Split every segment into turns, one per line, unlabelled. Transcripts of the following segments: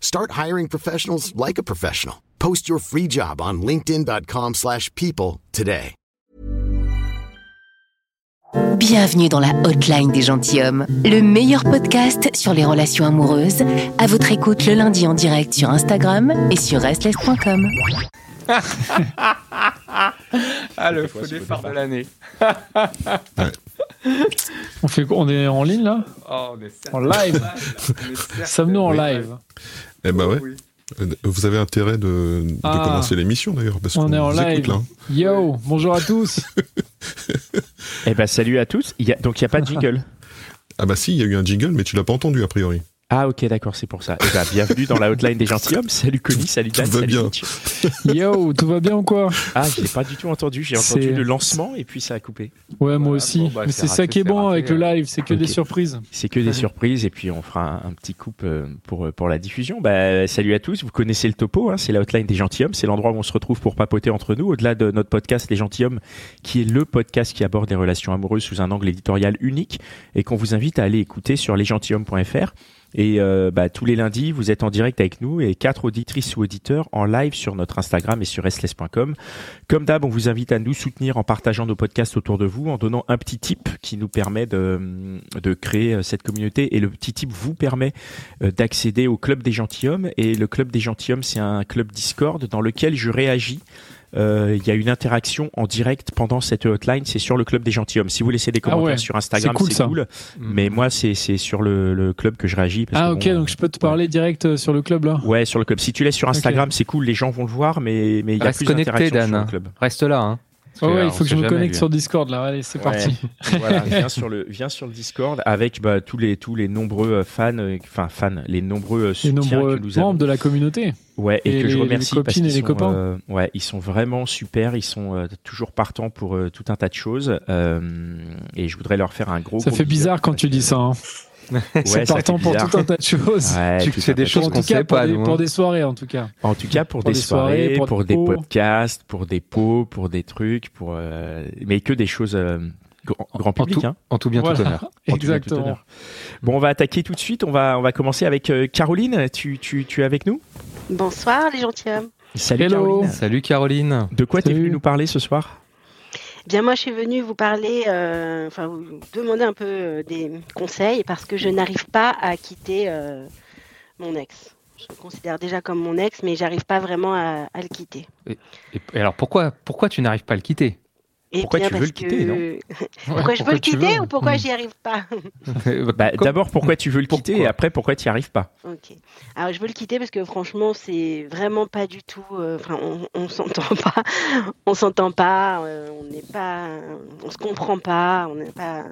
Start hiring professionals like a professional. Post your free job on linkedin.com slash people today.
Bienvenue dans la hotline des gentilshommes, le meilleur podcast sur les relations amoureuses. À votre écoute le lundi en direct sur Instagram et sur restless.com.
ah, le faux départ de l'année.
On, fait, on est en ligne là
Oh, on est
En live
certain-
Sommes-nous en
Oui.
live
Eh ben ouais.
Oui.
Vous avez intérêt de, de
Ah.
commencer l'émission d'ailleurs, parce
On
qu'on
est en
vous écoute, hein.
live.
là.
Yo, bonjour à tous
Eh ben salut à tous. Il y a- donc il n'y a pas de jingle.
Ah bah si, il y a eu un jingle, mais tu l'as pas entendu a priori.
Ah ok d'accord c'est pour ça. Eh ben bienvenue dans la hotline des gentilshommes. Salut Connie, salut Dan,
Tout va
salut
bien.
Mitch.
Yo, tout va bien ou quoi
Ah je l'ai pas du tout entendu. J'ai entendu
C'est-
le lancement et puis ça a coupé.
Ouais, moi
Voilà,
aussi.
bon, bah,
Mais
c'est
c'est ça
raté,
qui est
c'est
bon
raté,
avec le live, c'est que
Ok.
des surprises.
C'est que des surprises et puis on fera un, un petit coupe euh, pour euh, pour la diffusion. Bah salut à tous. Vous connaissez le topo. Hein, c'est la hotline des gentilshommes. C'est l'endroit où on se retrouve pour papoter entre nous. Au-delà de notre podcast Les gentilshommes, qui est le podcast qui aborde les relations amoureuses sous un angle éditorial unique et qu'on vous invite à aller écouter sur lesgentilhommes.fr. Et euh, bah, tous les lundis, vous êtes en direct avec nous et quatre auditrices ou auditeurs en live sur notre Instagram et sur E restless.com. Comme d'hab, on vous invite à nous soutenir en partageant nos podcasts autour de vous, en donnant un petit tip qui nous permet de, de créer euh, cette communauté. Et le petit tip vous permet euh, d'accéder au Club des Gentilhommes. Et le Club des Gentilhommes, c'est un club Discord dans lequel je réagis. Euh, Il y a une interaction en direct pendant cette hotline. C'est sur le Club des Gentilhommes. Si vous laissez des
Ah
commentaires
ouais,
sur Instagram,
c'est cool,
c'est
ça.
cool. Mais moi, c'est c'est sur le, le club que je réagis. parce
Ah
que
ok,
bon,
donc je peux te parler direct euh, sur le club là
Ouais, sur le club. Si tu laisses sur Instagram, c'est cool, les gens vont le voir, mais mais il y a
Reste
plus
connecté,
d'interaction sur
Dan.
le club.
Reste là. Hein. Parce
Ouais,
là,
ouais,
on
il faut que
sait
je me
jamais,
connecte
lui.
sur Discord là. Allez, c'est
Ouais.
parti.
voilà, viens sur le viens sur le Discord avec bah, tous les tous les nombreux euh, fans, euh, enfin fans, les nombreux euh,
Les
soutiens
nombreux
que nous avons.
membres de la communauté.
Ouais, et,
Et
que je
les-
remercie
les
parce
copines
qu'ils
et les
sont,
copains.
euh, ouais, ils sont vraiment super, ils sont euh, toujours partants pour euh, tout un tas de choses euh, et je voudrais leur faire un gros.
Ça
gros
fait
big up
bizarre quand
parce
tu dis
que-
ça. hein.
Ouais,
C'est
ça fait
partant pour
bizarre.
tout un tas de choses.
Ouais,
Tu
tout
fais
un
des
tas de
choses
En
qu'on
tout cas,
sait
pour
pas,
des-
nous, hein.
pour des soirées en tout cas.
En tout cas, pour,
Pour
des,
des soirées,
soirées, pour,
pour
des
des pots.
podcasts, pour des pots, pour des trucs, pour euh, mais que des choses euh, grand, grand
En
public. hein.
En tout bien
Voilà.
tout honneur.
En tout cas, tout
Exactement.
honneur. Bon, on va attaquer tout de suite. On va on va commencer avec euh, Caroline. Tu, tu, tu es avec nous
Bonsoir les gentilshommes.
Salut
Hello.
Caroline.
Salut Caroline.
De quoi t'es
Salut.
venue nous parler ce soir
Eh Bien moi je suis venue vous parler, euh, enfin vous demander un peu euh, des conseils parce que je n'arrive pas à quitter euh, mon ex. Je le considère déjà comme mon ex, mais j'arrive pas vraiment à, à le quitter.
Et, et alors pourquoi, pourquoi tu n'arrives pas à le quitter
Et
Pourquoi
bien
tu veux le
parce
quitter, non
que- Euh, Bah, Pourquoi je veux Hmm. le quitter ou pourquoi j'y arrive pas
bah, D'abord, pourquoi tu veux le
Pourquoi
quitter et après pourquoi tu n'y arrives pas
Ok. Alors je veux le quitter parce que franchement c'est vraiment pas du tout. euh, Enfin on, on s'entend pas, on s'entend pas, euh, on n'est pas, on se comprend pas, on n'a pas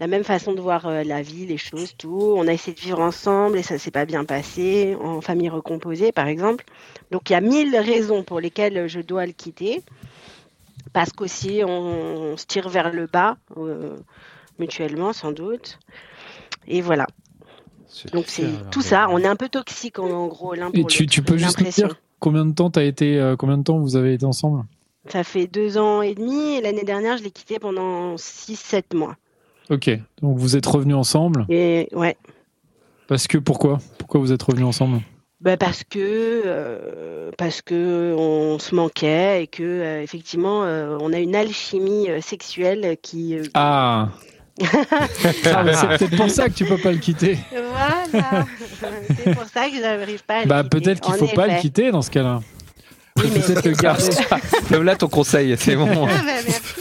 la même façon de voir euh, la vie, les choses, tout. On a essayé de vivre ensemble et ça s'est pas bien passé en famille recomposée par exemple. Donc il y a mille raisons pour lesquelles je dois le quitter parce qu'aussi on, on se tire vers le bas euh, mutuellement sans doute. Et voilà. Donc c'est tout ça, on est un peu toxique en, en gros l'un
Et
pour
tu,
l'autre,
tu peux
j'ai
juste nous
l'impression.
dire combien de temps t'as été, euh, combien de temps vous avez été ensemble
Ça fait deux ans et demi et l'année dernière je l'ai quitté pendant six, sept mois.
Ok, donc vous êtes revenus ensemble.
Et ouais,
Parce que pourquoi Pourquoi vous êtes revenus ensemble
bah parce que euh, parce que on se manquait et que euh, effectivement euh, on a une alchimie euh, sexuelle qui euh,
Ah, Ah, mais c'est peut-être pour ça que tu peux pas le quitter.
Voilà. c'est pour ça que j'arrive pas à le
Bah
quitter,
peut-être qu'il
Ah, en
faut pas le
effet.
quitter dans ce cas-là.
Oui, mais-
Peut-être le garder.
Même là, ton conseil, c'est bon.
Ah, bah, merci.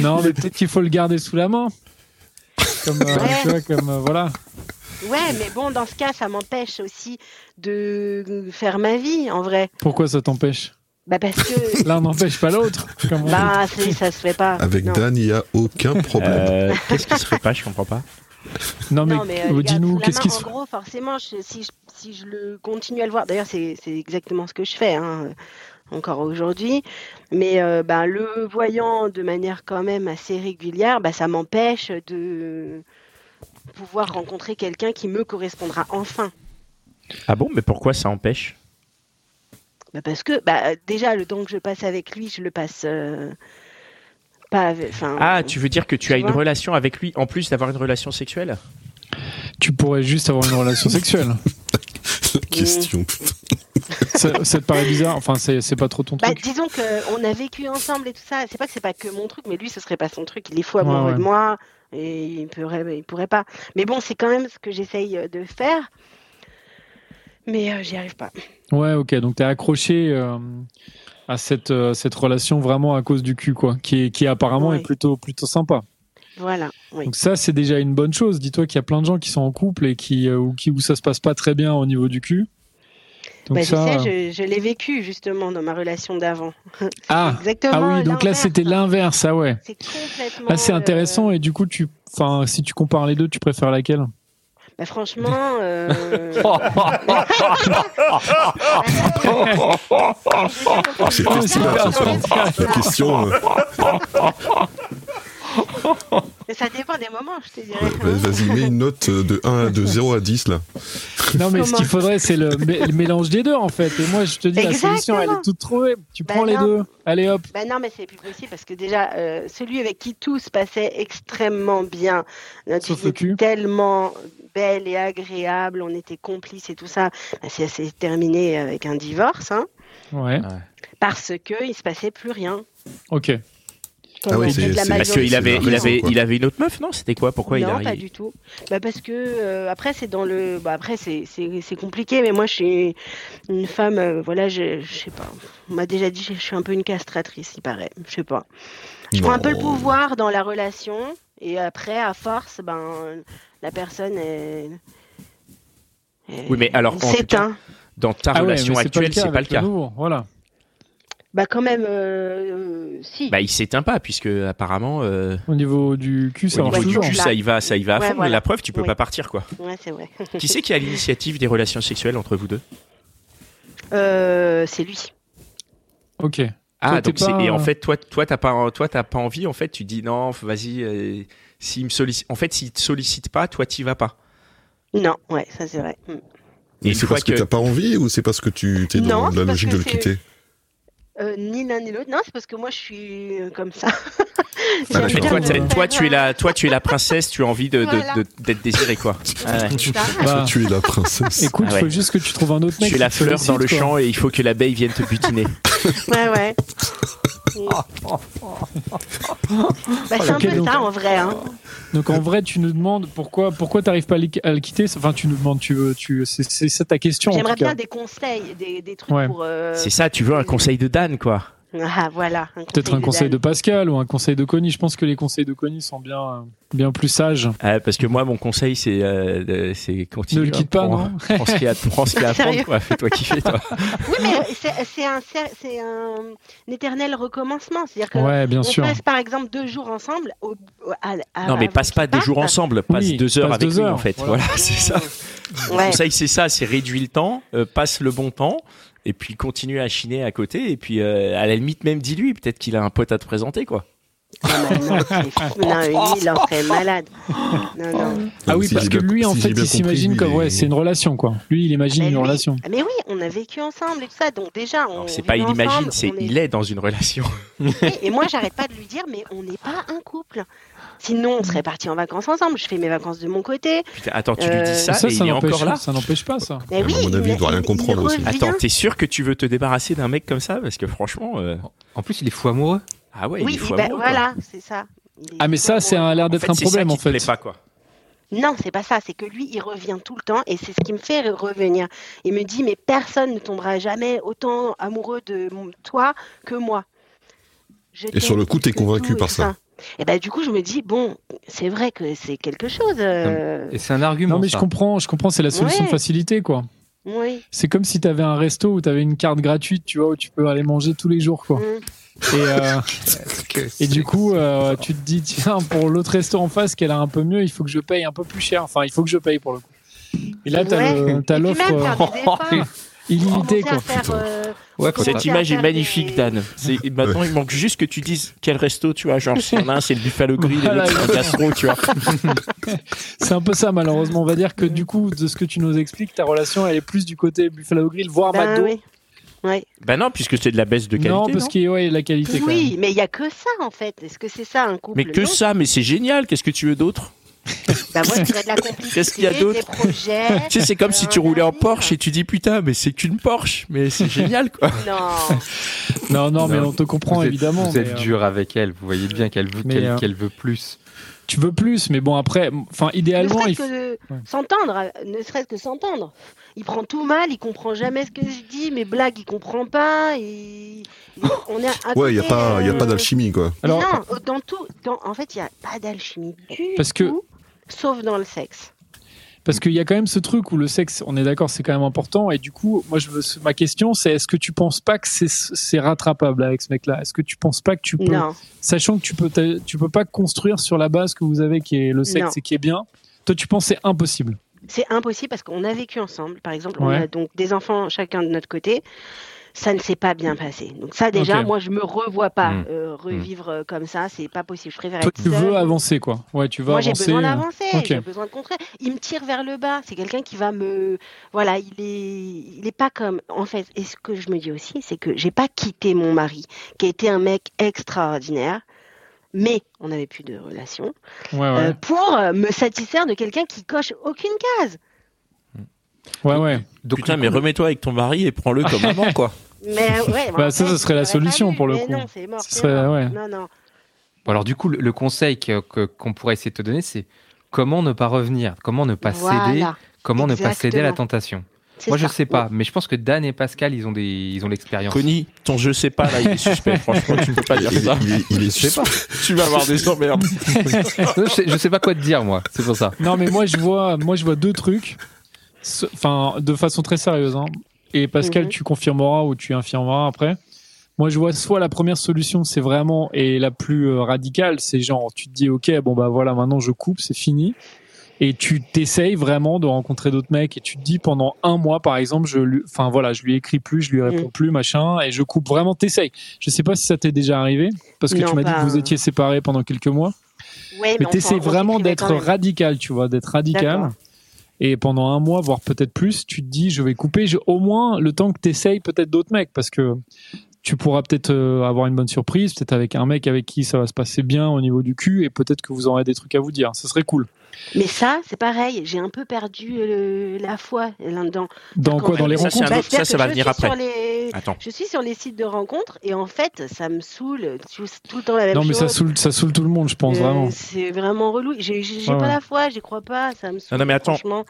Non, mais peut-être qu'il faut le garder sous la main. Comme, euh,
Ouais.
tu vois, comme euh, voilà.
Ouais, mais bon, dans ce cas, ça m'empêche aussi de faire ma vie, en vrai.
Pourquoi ça t'empêche
Bah parce que
L'un n'empêche pas l'autre. comme on dit.
bah c'est- ça se fait pas.
Avec
non.
Dan, il n'y a aucun problème.
Euh, Qu'est-ce qui se fait pas Je comprends pas.
Non mais,
Non, mais
euh,
euh, le garde sous
dis-nous
la
qu'est-ce
main,
qui se
En gros, forcément, je- si, je, si je le continue à le voir, d'ailleurs, c'est c'est exactement ce que je fais hein, euh, encore aujourd'hui, mais euh, ben, le voyant de manière quand même assez régulière, bah, ça m'empêche de pouvoir rencontrer quelqu'un qui me correspondra enfin.
Ah bon, mais pourquoi ça empêche
Bah, parce que bah, déjà, le temps que je passe avec lui, je le passe euh, pas avec. enfin,
Ah, tu veux dire que tu
Tu
as une
vois
relation avec lui en plus d'avoir une relation sexuelle
Tu pourrais juste avoir une relation sexuelle. Euh.
La question.
ça, ça te paraît bizarre Enfin, c'est c'est pas trop ton
Bah,
truc.
disons qu'on a vécu ensemble et tout ça. C'est pas que c'est pas que mon truc, mais lui, ce serait pas son truc. Il est fou amoureux
Ouais, ouais.
de moi et il pourrait, il pourrait pas. Mais bon, c'est quand même ce que j'essaye euh, de faire. Mais euh, j'y arrive pas.
Ouais, ok. Donc t'es accroché euh, à cette euh, cette relation vraiment à cause du cul, quoi, qui est, qui apparemment
Ouais.
est plutôt plutôt sympa.
Voilà. Oui.
Donc ça, c'est déjà une bonne chose. Dis-toi qu'il y a plein de gens qui sont en couple et qui euh, ou qui où ça se passe pas très bien au niveau du cul. Donc
Bah,
ça.
je
euh,
sais, je, je l'ai vécu justement dans ma relation d'avant.
Ah.
Exactement.
Ah oui, donc là
l'inverse.
c'était l'inverse, ah ouais.
C'est complètement.
Là Ah, c'est
euh,
intéressant et du coup tu, enfin si tu compares les deux, tu préfères laquelle
bah, franchement, euh,
Ah, C'est
Oh,
festival ce soir. La question. euh,
ça dépend des moments, je te dirais.
bah, Vas-y, mets une note euh, de 1 à de 0 à 10 là.
Non, mais ce qu'il faudrait, c'est le, mé- le mélange des deux, en fait. Et moi, je te dis, la
Exactement.
solution, elle est toute trouvée. Tu
Bah
prends les
non.
deux. Allez, hop.
Bah non, mais c'est plus possible parce que déjà, euh, celui avec qui tout se passait extrêmement bien, notre
Sauf
vie
le cul.
était tellement belle et agréable, on était complices et tout ça, bah, c'est c'est terminé avec un divorce hein,
Ouais,
parce que il se passait plus rien.
Ah. ok.
Comme
Ah oui,
on
c'est-
dit de la
c'est-
Parce
majorité
qu'il avait,
des
il
gens.
avait,
quoi.
il avait une autre meuf, non C'était quoi Pourquoi
non,
il
pas
arrive
du tout. Bah parce que euh, après c'est dans le, bah après c'est c'est c'est compliqué, mais moi je suis une femme, euh, voilà, je je sais pas. On m'a déjà dit je je suis un peu une castratrice, il paraît, je sais pas. Je prends un peu le
Non.
pouvoir dans la relation et après, à force, ben, la personne est. est-
Oui, mais alors, en tout cas,
s'éteint.
Dans ta
Ah ouais,
relation
mais
actuelle, Ah c'est pas le
avec
cas.
nouveau, Voilà.
Bah, quand même, euh, euh, si.
Bah, il s'éteint pas, puisque apparemment, euh,
Au niveau du cul, ça
au
marche
niveau du
toujours.
cul, ça y va, ça y va à
Ouais,
fond. Mais
voilà.
la preuve, tu peux
Oui.
pas partir, quoi.
Ouais, c'est vrai.
Qui c'est qui a l'initiative des relations sexuelles entre vous deux
Euh, c'est lui.
Ok.
Ah,
Toi, t'es
donc c'est-
pas-
et en fait, toi, toi, t'as pas, en- toi, t'as pas envie. En fait, tu dis non, f- vas-y. euh, s'il me sollicite, en fait, s'il te sollicite pas, toi, t'y vas pas.
Non, ouais, ça c'est vrai.
Et
Mm.
Mais
une
c'est
fois
parce que,
que-
t'as pas envie ou c'est parce que tu t'es
Non,
dans
c'est
la
parce
logique
que
de le
c'est-
quitter
Euh, ni l'un ni l'autre. Non, c'est parce que moi je suis euh, comme ça.
Ah, d'accord.
J'aime
Et
bien
toi,
me
t'es-
faire,
toi, tu es la, toi, tu es la princesse. Tu as envie de, de-
hein. Voilà.
de- d'être désirée, quoi. Ah ouais.
euh, ça.
Bah,
Tu es la princesse.
écoute,
Ah ouais.
faut juste que tu trouves un autre mec.
Tu es la
qui te
fleur dans le
sollicite, quoi.
champ et il faut que l'abeille vienne te butiner.
Ouais, ouais. Mm. bah, c'est un
Ok,
peu
donc-
ça en vrai. Hein.
Donc en vrai, tu nous demandes pourquoi, pourquoi t'arrives pas à le- à le quitter. Enfin, tu nous demandes, tu veux, tu, c'est- c'est ça ta question. en
J'aimerais
tout cas.
bien des conseils, des, des trucs
Ouais.
pour. euh,
C'est ça. Tu veux un conseil de Dan, quoi.
Ah, voilà. un
Peut-être un conseil
Dan.
de Pascal ou un conseil de Connie. Je pense que les conseils de Connie sont bien, euh, bien plus sages.
Ah, parce que moi, mon conseil, c'est euh, de- c'est continue.
Ne le
hein,
quitte pas,
prends-
non
Prends ce qu'il y a, prends ce qu'il y a à prendre,
Sérieux
quoi. Fais-toi kiffer, toi.
Oui, mais c'est c'est un, cer- c'est un éternel recommencement. C'est-à-dire que
Ouais, bien
on
sûr.
passe par exemple deux jours ensemble. Au, au- à- à-
Non, mais
avant
passe pas
qu'il
deux
parte.
jours ensemble, passe
Oui,
deux heures
passe
avec lui,
deux
en
heures,
fait. Voilà,
voilà.
c'est ça. Mon
Ouais.
conseil, c'est ça, c'est réduis le temps, euh, passe le bon temps, et puis continue à chiner à côté, et puis euh, à la limite, même dis-lui, peut-être qu'il a un pote à te présenter, quoi.
Ah, mais non, c'est fou. Non, lui, il en serait malade. Non, non.
Ah oui,
Si
parce
j'ai
que
bien-
lui, en
si
fait,
j'ai bien
il s'imagine
compris,
comme.
il est-
Ouais, c'est une relation, quoi. Lui, il imagine
Mais
une
lui-
relation.
Mais oui, on a vécu ensemble et tout ça. Donc déjà, on.
Alors, c'est
vit
pas il
ensemble,
imagine, c'est
on est-
il est dans une relation.
Et moi, j'arrête pas de lui dire, mais on n'est pas un couple. Sinon, on serait partis en vacances ensemble. Je fais mes vacances de mon côté.
Putain, attends, tu
Euh,
lui dis ça,
Ça, ça,
et il est
n'empêche-
encore là.
ça n'empêche pas, ça.
Mais
À
oui,
mon avis, il doit rien comprendre aussi.
revient.
Attends, t'es sûr que tu veux te débarrasser d'un mec comme ça Parce que franchement, euh,
En plus, il est fou amoureux.
ah ouais,
Oui,
il est fou
bah,
amoureux, quoi.
voilà, c'est ça. Il est
Ah, mais ça,
complètement-
c'est un- a l'air
En
d'être
fait,
un
c'est ça
problème
qui
en
te
fait.
plaît pas, quoi.
Non, c'est pas ça. C'est que lui, il revient tout le temps et c'est ce qui me fait revenir. Il me dit, mais personne ne tombera jamais autant amoureux de mon- toi que moi. Je
Et sur le coup, t'es
t'aime de
convaincu
tout
par
et
ça.
Et bah, du coup, je me dis, bon, c'est vrai que c'est quelque chose. euh,
Et c'est un argument.
Non, mais je
ça.
comprends, je comprends, c'est la solution
Ouais.
de facilité, quoi.
Oui.
C'est comme si t'avais un resto où t'avais une carte gratuite, tu vois, où tu peux aller manger tous les jours, quoi.
mm.
Et, euh, et du coup, euh, tu te dis, tiens, pour l'autre resto en face, qu'elle a un peu mieux, il faut que je paye un peu plus cher. Enfin, il faut que je paye pour le coup. Et là, t'as
Ouais.
le- t'as
Et puis
l'offre
même faire
euh,
des efforts,
illimitée,
commencer à
quoi.
faire, euh,
Ouais, faut
Comment
pas-
Cette
tu vas
image est
faire
magnifique,
des-
Dan. C'est- et Maintenant, il manque juste que tu dises quel resto, tu vois. Genre, s'il y en a un, c'est le Buffalo Grill et
Voilà,
l'autre, c'est le gastro, tu vois.
C'est un peu ça, malheureusement. On va dire que du coup, de ce que tu nous expliques, ta relation, elle est plus du côté Buffalo Grill, voire
ben
McDo.
oui. Ouais.
Bah non, puisque c'est de la baisse de qualité.
non, parce qu'il y a ouais, la qualité, quand
Oui,
même.
mais il n'y a que ça en fait. Est-ce que c'est ça un couple
Mais que
Non.
ça, mais c'est génial. Qu'est-ce que tu veux d'autre
Bah, moi, je dirais de la complicité,
Qu'est-ce qu'il y a
des
d'autre
projets. euh,
Tu sais, c'est comme si tu roulais en Porsche et tu dis putain, mais c'est qu'une Porsche, mais c'est génial quoi.
Non.
Non, non, mais
Non,
on te comprend,
Vous êtes-
évidemment.
Vous êtes
mais, euh,
dur avec elle. Vous voyez bien qu'elle veut,
Mais,
qu'elle,
euh,
qu'elle veut plus.
Tu veux plus, mais bon, après, enfin,
Ne
idéalement, il
serait-ce
faut.
que
Ouais.
s'entendre, euh, ne serait-ce que s'entendre. Il prend tout mal, il comprend jamais ce que je dis, mes blagues, il comprend pas. Et... On est à
Ouais, il n'y a
côté,
pas, y a
euh,
pas d'alchimie, quoi.
Alors,
non, dans tout. dans- En fait, il n'y a pas d'alchimie du
Parce que-
tout, sauf dans le sexe.
Parce qu'il y a quand même ce truc où le sexe, on est d'accord, c'est quand même important. Et du coup, moi, je veux, ma question, c'est est-ce que tu penses pas que c'est- c'est rattrapable avec ce mec-là Est-ce que tu penses pas que tu peux,
Non.
sachant que tu peux, t'a- tu peux pas construire sur la base que vous avez, qui est le sexe
Non.
et qui est bien. Toi, tu penses que c'est impossible.
C'est impossible parce qu'on a vécu ensemble. Par exemple, on
Ouais.
a donc des enfants chacun de notre côté. Ça ne s'est pas bien passé. Donc ça déjà,
Ok.
moi je me revois pas
Mm.
euh, revivre euh, comme ça. C'est pas possible. Je préfère
Toi,
être
tu
seule.
veux avancer, quoi. Ouais, tu veux
Moi j'ai
avancer. euh,
besoin d'avancer.
ok.
J'ai besoin de contraire. Il me tire vers le bas. C'est quelqu'un qui va me, voilà, il est, il est pas comme. En fait, et ce que je me dis aussi, c'est que j'ai pas quitté mon mari, qui était un mec extraordinaire. Mais on n'avait plus de relation
Ouais, ouais.
euh, pour euh, me satisfaire de quelqu'un qui coche aucune case.
ouais, ouais.
Donc,
putain,
du
mais
coup,
remets-toi avec ton mari et prends-le comme maman quoi.
Mais ouais,
Bah, ça,
en fait,
ça serait la
j'aurais
solution,
pas dû,
pour le
mais
coup.
Non, c'est mort.
Ce
c'est
serait-
mort.
ouais.
Non, non.
bon, alors, du coup, le, le conseil que- que- qu'on pourrait essayer de te donner, c'est comment ne pas revenir, comment ne pas céder,
Voilà,
comment ne pas céder à la
exactement.
tentation.
c'est
Moi, je
ça.
sais pas, mais je pense que Dan et Pascal, ils ont des, ils ont l'expérience.
Connie, ton je sais pas là, il est suspect. Franchement, tu peux pas dire
Il,
ça.
est- il est, il est
Je sais pas.
Tu vas avoir des emmerdes.
je, sais, je sais pas quoi te dire, moi. C'est pour ça.
Non, mais moi je vois, moi je vois deux trucs. Ce- Enfin, de façon très sérieuse. hein. Et Pascal,
Mhm.
tu confirmeras ou tu infirmeras après. Moi, je vois soit la première solution, c'est vraiment et la plus euh, radicale, c'est genre tu te dis ok, bon bah voilà, maintenant je coupe, c'est fini. Et tu t'essayes vraiment de rencontrer d'autres mecs et tu te dis pendant un mois par exemple, je lui, enfin voilà, je lui écris plus, je lui
Mhm.
réponds plus, machin, et je coupe vraiment. T'essayes. Je sais pas si ça t'est déjà arrivé parce que
Non,
tu m'as dit
pas- euh,
que vous étiez séparés pendant quelques mois.
Ouais,
Mais
on
t'essaies
s'en- on
vraiment
s'écrivait
d'être
quand même.
radical, tu vois, d'être radical.
D'accord.
Et pendant un mois, voire peut-être plus, tu te dis, je vais couper je- au moins le temps que t'essayes peut-être d'autres mecs, parce que tu pourras peut-être euh, avoir une bonne surprise, peut-être avec un mec avec qui ça va se passer bien au niveau du cul, et peut-être que vous aurez des trucs à vous dire. Ça serait cool.
Mais ça, c'est pareil. J'ai un peu perdu euh, le- la foi là-dedans.
Dans quoi Dans les
Ça, c'est
rencontres
un autre- ça,
c'est-à-dire
Ah, ça
que
va
je
venir
suis sur
après.
les-
Attends.
Je suis sur les sites de rencontres et en fait, ça me saoule. Tu- Tout le temps la même
Non, mais
chose.
ça saoule, ça saoule tout le monde, je pense
Euh,
vraiment.
C'est vraiment relou. J'ai j'ai- j'ai
Ouais,
pas
ouais.
la foi, j'y crois pas. Ça me saoule.
mais attends.
franchement.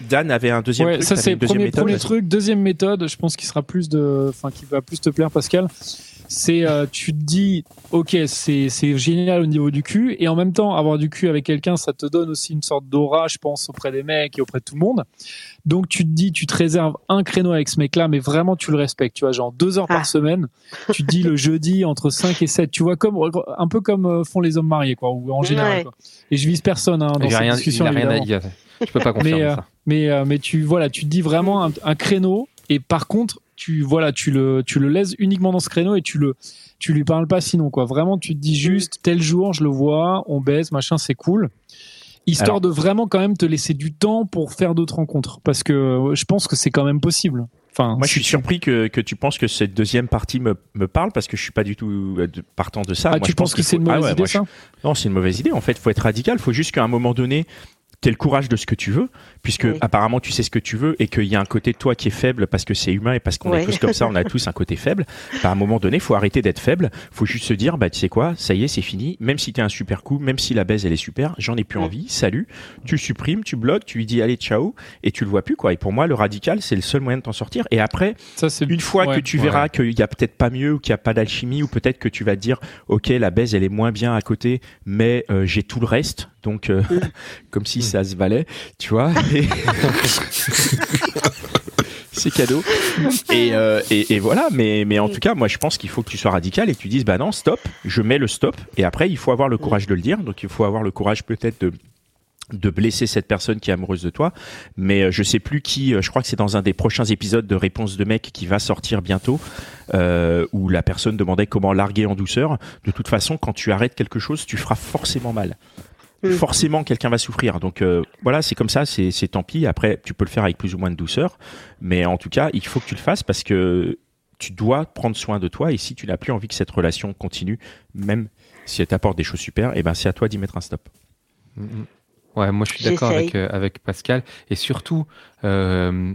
Dan avait un deuxième
Ouais,
truc.
ça
t'avais
c'est
une deuxième
premier,
méthode.
premier truc. Deuxième méthode, je pense qu'il sera plus de, enfin qui va plus te plaire, Pascal. C'est euh, tu te dis, ok, c'est c'est génial au niveau du cul, et en même temps avoir du cul avec quelqu'un, ça te donne aussi une sorte d'aura, je pense, auprès des mecs et auprès de tout le monde. Donc tu te dis, tu te réserves un créneau avec ce mec-là, mais vraiment tu le respectes, tu vois, genre deux heures
Ah.
par semaine. Tu te dis le jeudi entre 5 et 7, tu vois comme un peu comme euh, font les hommes mariés, quoi, ou en général.
Ouais.
quoi. Et je vise personne hein, dans
Il a
cette
rien, il
discussion.
a rien à
évidemment.
dire. Je peux pas confirmer
Mais, euh,
ça.
Mais, euh, mais tu voilà, tu te dis vraiment un, un créneau et par contre tu voilà, tu le tu le laisses uniquement dans ce créneau et tu le tu lui parles pas sinon quoi. Vraiment, tu te dis juste tel jour je le vois, on baise, machin, c'est cool. Histoire
Alors-
de vraiment quand même te laisser du temps pour faire d'autres rencontres parce que euh, je pense que c'est quand même possible. Enfin,
Moi, je
si
suis
tu-
surpris que, que tu penses que cette deuxième partie me, me parle parce que je suis pas du tout euh, de- partant de ça.
Ah,
Moi,
tu
je
penses que
qu'il
c'est
faut-
une mauvaise
Ah ouais,
idée
moi, je-
ça
Non, c'est une mauvaise idée. En fait, faut être radical. Faut juste qu'à un moment donné, t'aies le courage de ce que tu veux. puisque
Oui.
apparemment tu sais ce que tu veux et qu'il y a un côté de toi qui est faible parce que c'est humain et parce qu'on est
Ouais.
tous comme ça, on a tous un côté faible. Bah, à un moment donné, faut arrêter d'être faible, faut juste se dire bah tu sais quoi, ça y est, c'est fini, même si t'es un super coup, même si la baise elle est super, j'en ai plus
Mm.
envie, salut, tu supprimes, tu bloques, tu lui dis allez ciao et tu le vois plus quoi. Et pour moi, le radical, c'est le seul moyen de t'en sortir et après
Ça, c'est
une fois que
ouais.
tu
ouais.
verras qu'il n'y a peut-être pas mieux ou qu'il n'y a pas d'alchimie ou peut-être que tu vas te dire ok la baise elle est moins bien à côté mais euh, j'ai tout le reste donc euh, comme si ça se valait tu vois et- c'est cadeau et, euh, et, et voilà mais, mais en tout cas moi je pense qu'il faut que tu sois radical et que tu dises bah non stop je mets le stop et après il faut avoir le courage de le dire donc il faut avoir le courage peut-être de de blesser cette personne qui est amoureuse de toi. Mais euh, je sais plus qui, euh, je crois que c'est dans un des prochains épisodes de Réponse de mec qui va sortir bientôt, euh, où la personne demandait comment larguer en douceur. De toute façon, quand tu arrêtes quelque chose, tu feras forcément mal.
Mm.
Forcément, quelqu'un va souffrir. Donc euh, voilà, c'est comme ça, c'est c'est tant pis. Après, tu peux le faire avec plus ou moins de douceur. Mais en tout cas, il faut que tu le fasses parce que tu dois prendre soin de toi. Et si tu n'as plus envie que cette relation continue, même si elle t'apporte des choses super, eh ben, c'est à toi d'y mettre un stop.
Mhm. Ouais, moi je suis d'accord
J'essaye.
avec, euh, avec Pascal. Et surtout, euh,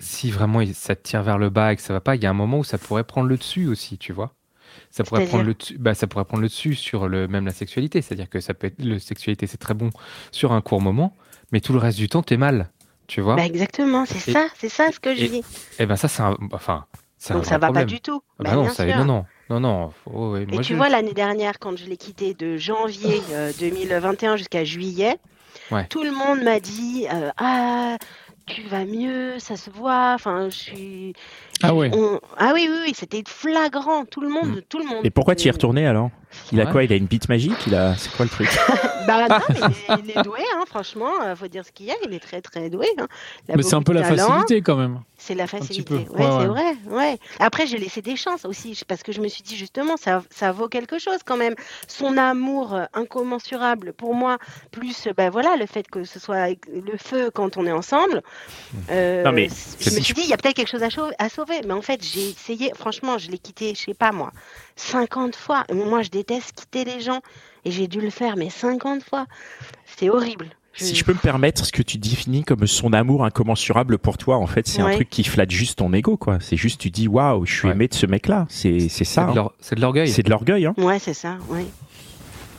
si vraiment il- ça te tire vers le bas et que ça va pas, il y a un moment où ça pourrait prendre le dessus aussi, tu vois. Ça pourrait, prendre
C'est-à-dire
le dessus, bah, ça pourrait prendre le dessus sur le, même la sexualité. C'est-à-dire que ça peut être, le sexualité, c'est très bon sur un court moment, mais tout le reste du temps, t'es mal. Tu vois
Bah, exactement, c'est
Hein Et-
ça, c'est ça ce que je
et-
dis.
Et ben ça, c'est un. Enfin, c'est un
Donc
vrai
ça va
problème.
pas du tout.
Ah
Bah,
bah non,
bien
ça,
sûr.
non, non, non, non. faut- oh, ouais,
Et
moi,
tu
je-
vois, l'année dernière, quand je l'ai quitté de janvier euh, 2021 jusqu'à juillet,
Ouais.
tout le monde m'a dit euh, Ah, tu vas mieux, ça se voit. Enfin, je suis.
Ah ouais.
on- Ah oui, oui, oui, c'était flagrant. Tout le monde, tout le monde.
Et pourquoi tu y es
Mm.
retourné alors Il a
Ouais.
quoi Il a une bite magique Il a c'est quoi le truc
Bah non, mais il, est, il est doué, hein, franchement. euh, faut dire ce qu'il y a, il est très, très doué. hein. Il a
Mais c'est un
beaucoup
peu
de
la
talent.
facilité quand même.
C'est la
petit
facilité,
peu.
ouais,
Ouais, ouais.
c'est vrai. Ouais. Après, j'ai laissé des chances aussi, je- parce que je me suis dit justement, ça, ça vaut quelque chose quand même. Son amour euh, incommensurable pour moi, plus euh, ben voilà, le fait que ce soit avec le feu quand on est ensemble.
Mmh.
euh,
Non, mais
je
c'est-
me suis dit, il y a peut-être quelque chose à, chau- à sauver. Mais en fait, j'ai essayé, franchement, je l'ai quitté, je sais pas moi, 50 fois. Moi, je déteste quitter les gens, et j'ai dû le faire, mais 50 fois. C'est horrible. Je-
Si je peux me permettre, ce que tu définis comme son amour incommensurable pour toi, en fait, c'est un
Ouais.
truc qui flatte juste ton ego, quoi. C'est juste, tu dis, waouh, je suis
Ouais.
aimé de ce mec-là. C'est c'est
C'est
ça.
de
hein.
l'or- c'est de l'orgueil.
C'est de l'orgueil, hein.
Ouais, c'est ça, ouais.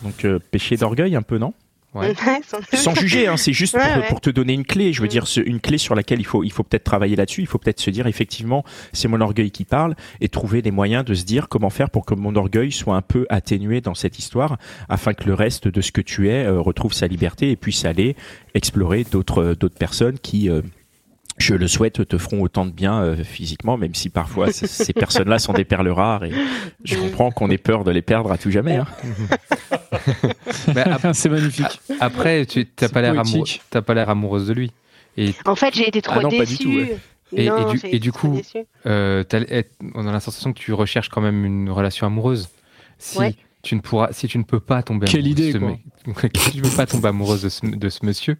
Donc, euh, péché d'orgueil, un peu, non
Ouais.
Sans juger, hein, c'est juste pour,
Ouais, ouais.
pour te donner une clé. Je veux
Mm.
dire, ce- une clé sur laquelle il faut, il faut peut-être travailler là-dessus. Il faut peut-être se dire, effectivement, c'est mon orgueil qui parle et trouver des moyens de se dire comment faire pour que mon orgueil soit un peu atténué dans cette histoire afin que le reste de ce que tu es euh, retrouve sa liberté et puisse aller explorer d'autres, euh, d'autres personnes qui, euh, je le souhaite, te feront autant de bien euh, physiquement, même si parfois c- ces personnes-là sont des perles rares et je
Mm.
comprends qu'on ait peur de les perdre à tout jamais. hein. Ah,
Bah, ap-
c'est magnifique.
après, tu t'as
C'est
pas l'air amoureux,
poétique.
t'as pas l'air amoureuse de lui. Et
En fait, j'ai été trop
Ah non, pas du
déçue.
tout, ouais.
Et- et
Non,
du-
j'ai
et du
été trop
coup,
déçue.
euh, t'as- eh, on a la sensation que tu recherches quand même une relation amoureuse. Si
Ouais.
tu ne pourras, si tu ne peux pas tomber
Quelle
amoureuse de
idée,
ce mec- si tu ne peux pas tomber amoureuse de ce, de ce monsieur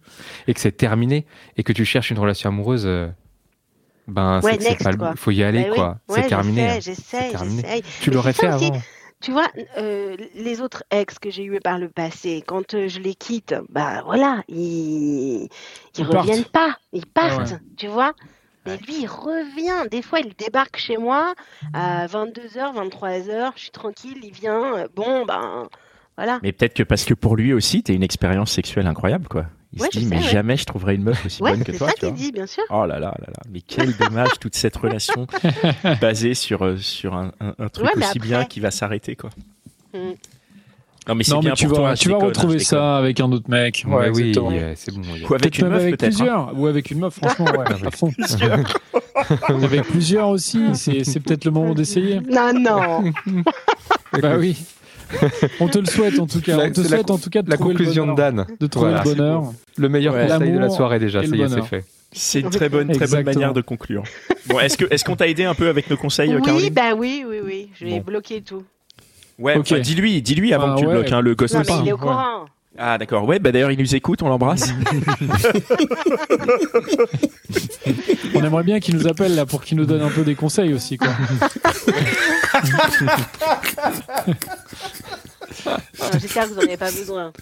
et que c'est terminé et que tu cherches une relation amoureuse, euh, ben
Ouais,
c'est que c'est
next,
pas le-
quoi.
faut y aller
Bah oui.
quoi.
Ouais,
c'est terminé. hein.
J'essaie, j'essaie,
C'est terminé.
j'essaie.
Tu
Mais
l'aurais
c'est ça
fait
aussi.
avant.
Tu vois, euh, les autres ex que j'ai eu par le passé, quand euh, je les quitte, bah voilà, ils, ils,
Ils partent. Ah
reviennent pas, ils partent,
Ouais.
tu vois. Mais lui, il revient. Des fois, il débarque chez moi à 22h, 23h, je suis tranquille, il vient. euh, Bon, ben, voilà.
Mais peut-être que parce que pour lui aussi, t'es une expérience sexuelle incroyable, quoi. Il
Ouais,
se
je
dit,
sais,
mais
ouais.
jamais je trouverai une meuf aussi
Ouais,
bonne que
c'est
toi.
ça
tu
qu'il
vois.
dit, bien sûr.
Oh là là là là, mais quel dommage toute cette relation basée sur, euh, sur un, un- un truc
Ouais, mais
aussi bien
après-
qui va s'arrêter, quoi.
Mm.
Non, mais c'est
non,
bien
mais tu
pour
vas,
toi,
tu
je
vas
déconne,
retrouver
je déconne.
ça avec un autre mec.
Ouais,
Ouais,
oui,
exactement.
euh, c'est bon. il y a-
Ou avec
Peut-être
une
même
meuf,
avec
peut-être. hein.
plusieurs, ou avec une meuf, franchement, ouais, à fond. avec plusieurs aussi, c'est c'est peut-être le moment d'essayer.
Non, non.
Bah oui. On te le souhaite en tout cas.
La-
On te
c'est la
souhaite
con-
en tout cas de
La
trouver le
conclusion de
bonheur.
Dan.
De trouver
Voilà.
le bonheur.
Le meilleur
Ouais.
conseil de la
L'amour
soirée déjà,
et
ça
le
y est, c'est
bonheur.
fait.
hein. C'est une très bonne, très bonne
Exactement.
manière de conclure. Bon, est-ce que- est-ce qu'on t'a aidé un peu avec nos conseils, euh,
Oui,
Caroline
bah oui, oui, oui. Je vais
Bon.
bloquer tout.
Ouais,
Ok.
enfin, dis-lui, dis-lui avant
Ah
que tu
ouais.
bloques hein, le ghost
Non,
sais
mais
pas,
il est au
ouais.
courant.
Ah d'accord, ouais, bah d'ailleurs il nous écoute, on l'embrasse.
On aimerait bien qu'il nous appelle là pour qu'il nous donne un peu des conseils aussi. Quoi.
Non, J'espère que vous n'en avez pas besoin.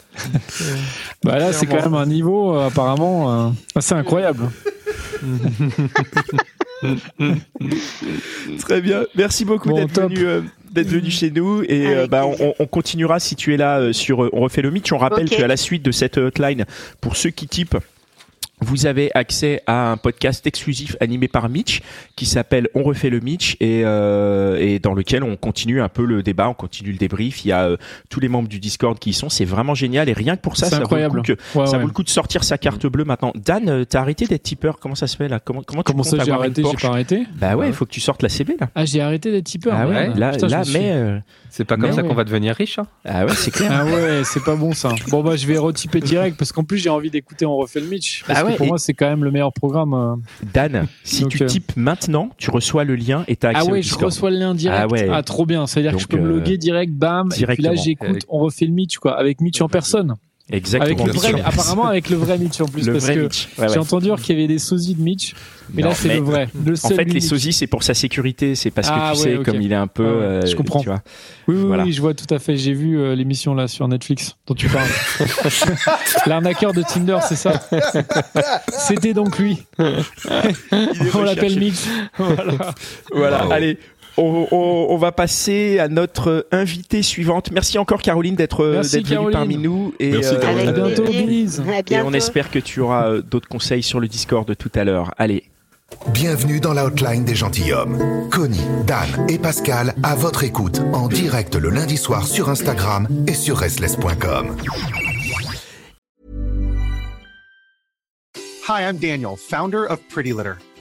Bah là, c'est quand même un niveau euh, apparemment euh, assez incroyable.
Très bien. Merci beaucoup
Bon,
d'être
top.
venu, euh, d'être venu chez nous. Et
Avec
euh, bah,
plaisir.
on, on continuera si tu es là euh, sur euh, On refait le Mitch. On rappelle
Ok.
qu'à la suite de cette euh, hotline, pour ceux qui typent. Vous avez accès à un podcast exclusif animé par Mitch qui s'appelle On refait le Mitch et, euh, et dans lequel on continue un peu le débat, on continue le débrief. Il y a euh, tous les membres du Discord qui y sont. C'est vraiment génial et rien que pour ça,
C'est
ça vaut le
incroyable.
coup que-
Ouais,
ça
ouais.
vaut le coup de sortir sa carte bleue maintenant. Dan, euh, t'as arrêté d'être tipeur Comment ça se fait là Comment, comment, tu
Comment
comptes
ça, j'ai
avoir une
arrêté J'ai
Porsche
pas arrêté
Bah ouais, il faut que tu sortes la CB là.
Ah, j'ai arrêté d'être tipeur.
Ah ouais,
merde.
là,
Putain, je
là
me suis-
mais. euh,
C'est pas comme
Mais
ça
ouais.
qu'on va devenir riche. hein.
Ah ouais, c'est clair.
Ah ouais, c'est pas bon ça. Bon bah je vais retyper direct parce qu'en plus j'ai envie d'écouter On refait le Mitch. Parce
Ah ouais,
que pour
et-
moi c'est quand même le meilleur programme. euh.
Dan, si
Donc,
tu
euh,
types maintenant, tu reçois le lien et t'as accès
Ah
au
ouais, je
Discord.
reçois le lien direct.
Ah ouais.
trop bien. C'est à dire que je
Donc,
peux me
euh,
loguer direct, bam. Et puis là
directement. Ah
j'écoute
Avec-
On refait le Mitch quoi, avec Mitch en personne. Avec
Exactement.
le
bien
vrai,
sûr.
apparemment avec le vrai Mitch en plus
le
parce
vrai
que
Mitch. Ouais, ouais.
j'ai entendu dire qu'il y avait des sosies de Mitch, mais
Non,
là c'est
mais
le vrai. Le
En
seul
fait, les
unique.
sosies, c'est pour sa sécurité. C'est parce
Ah
que tu
ouais,
sais,
ok.
comme il est un peu.
Ah ouais, je
euh,
comprends.
tu vois.
Oui, oui,
Voilà.
oui, je vois tout à fait. J'ai vu euh, l'émission là sur Netflix dont tu parles. L'arnaqueur de Tinder, c'est ça. C'était donc lui. On l'appelle Mitch. Voilà.
Voilà,
Wow.
allez. On, on- on va passer à notre invitée suivante. Merci encore Caroline d'être euh,
Merci,
d'être venue
Caroline.
parmi nous et, euh,
Merci, Caroline.
et
Avec
À bientôt,
plaisir.
Bise.
À bientôt.
on espère que tu auras euh, d'autres conseils sur le Discord tout à l'heure. Allez,
Bienvenue dans la hotline des gentilshommes. Connie, Dan et Pascal à votre écoute en direct le lundi soir sur Instagram et sur restless.com.
Hi, I'm Daniel, founder of Pretty Litter.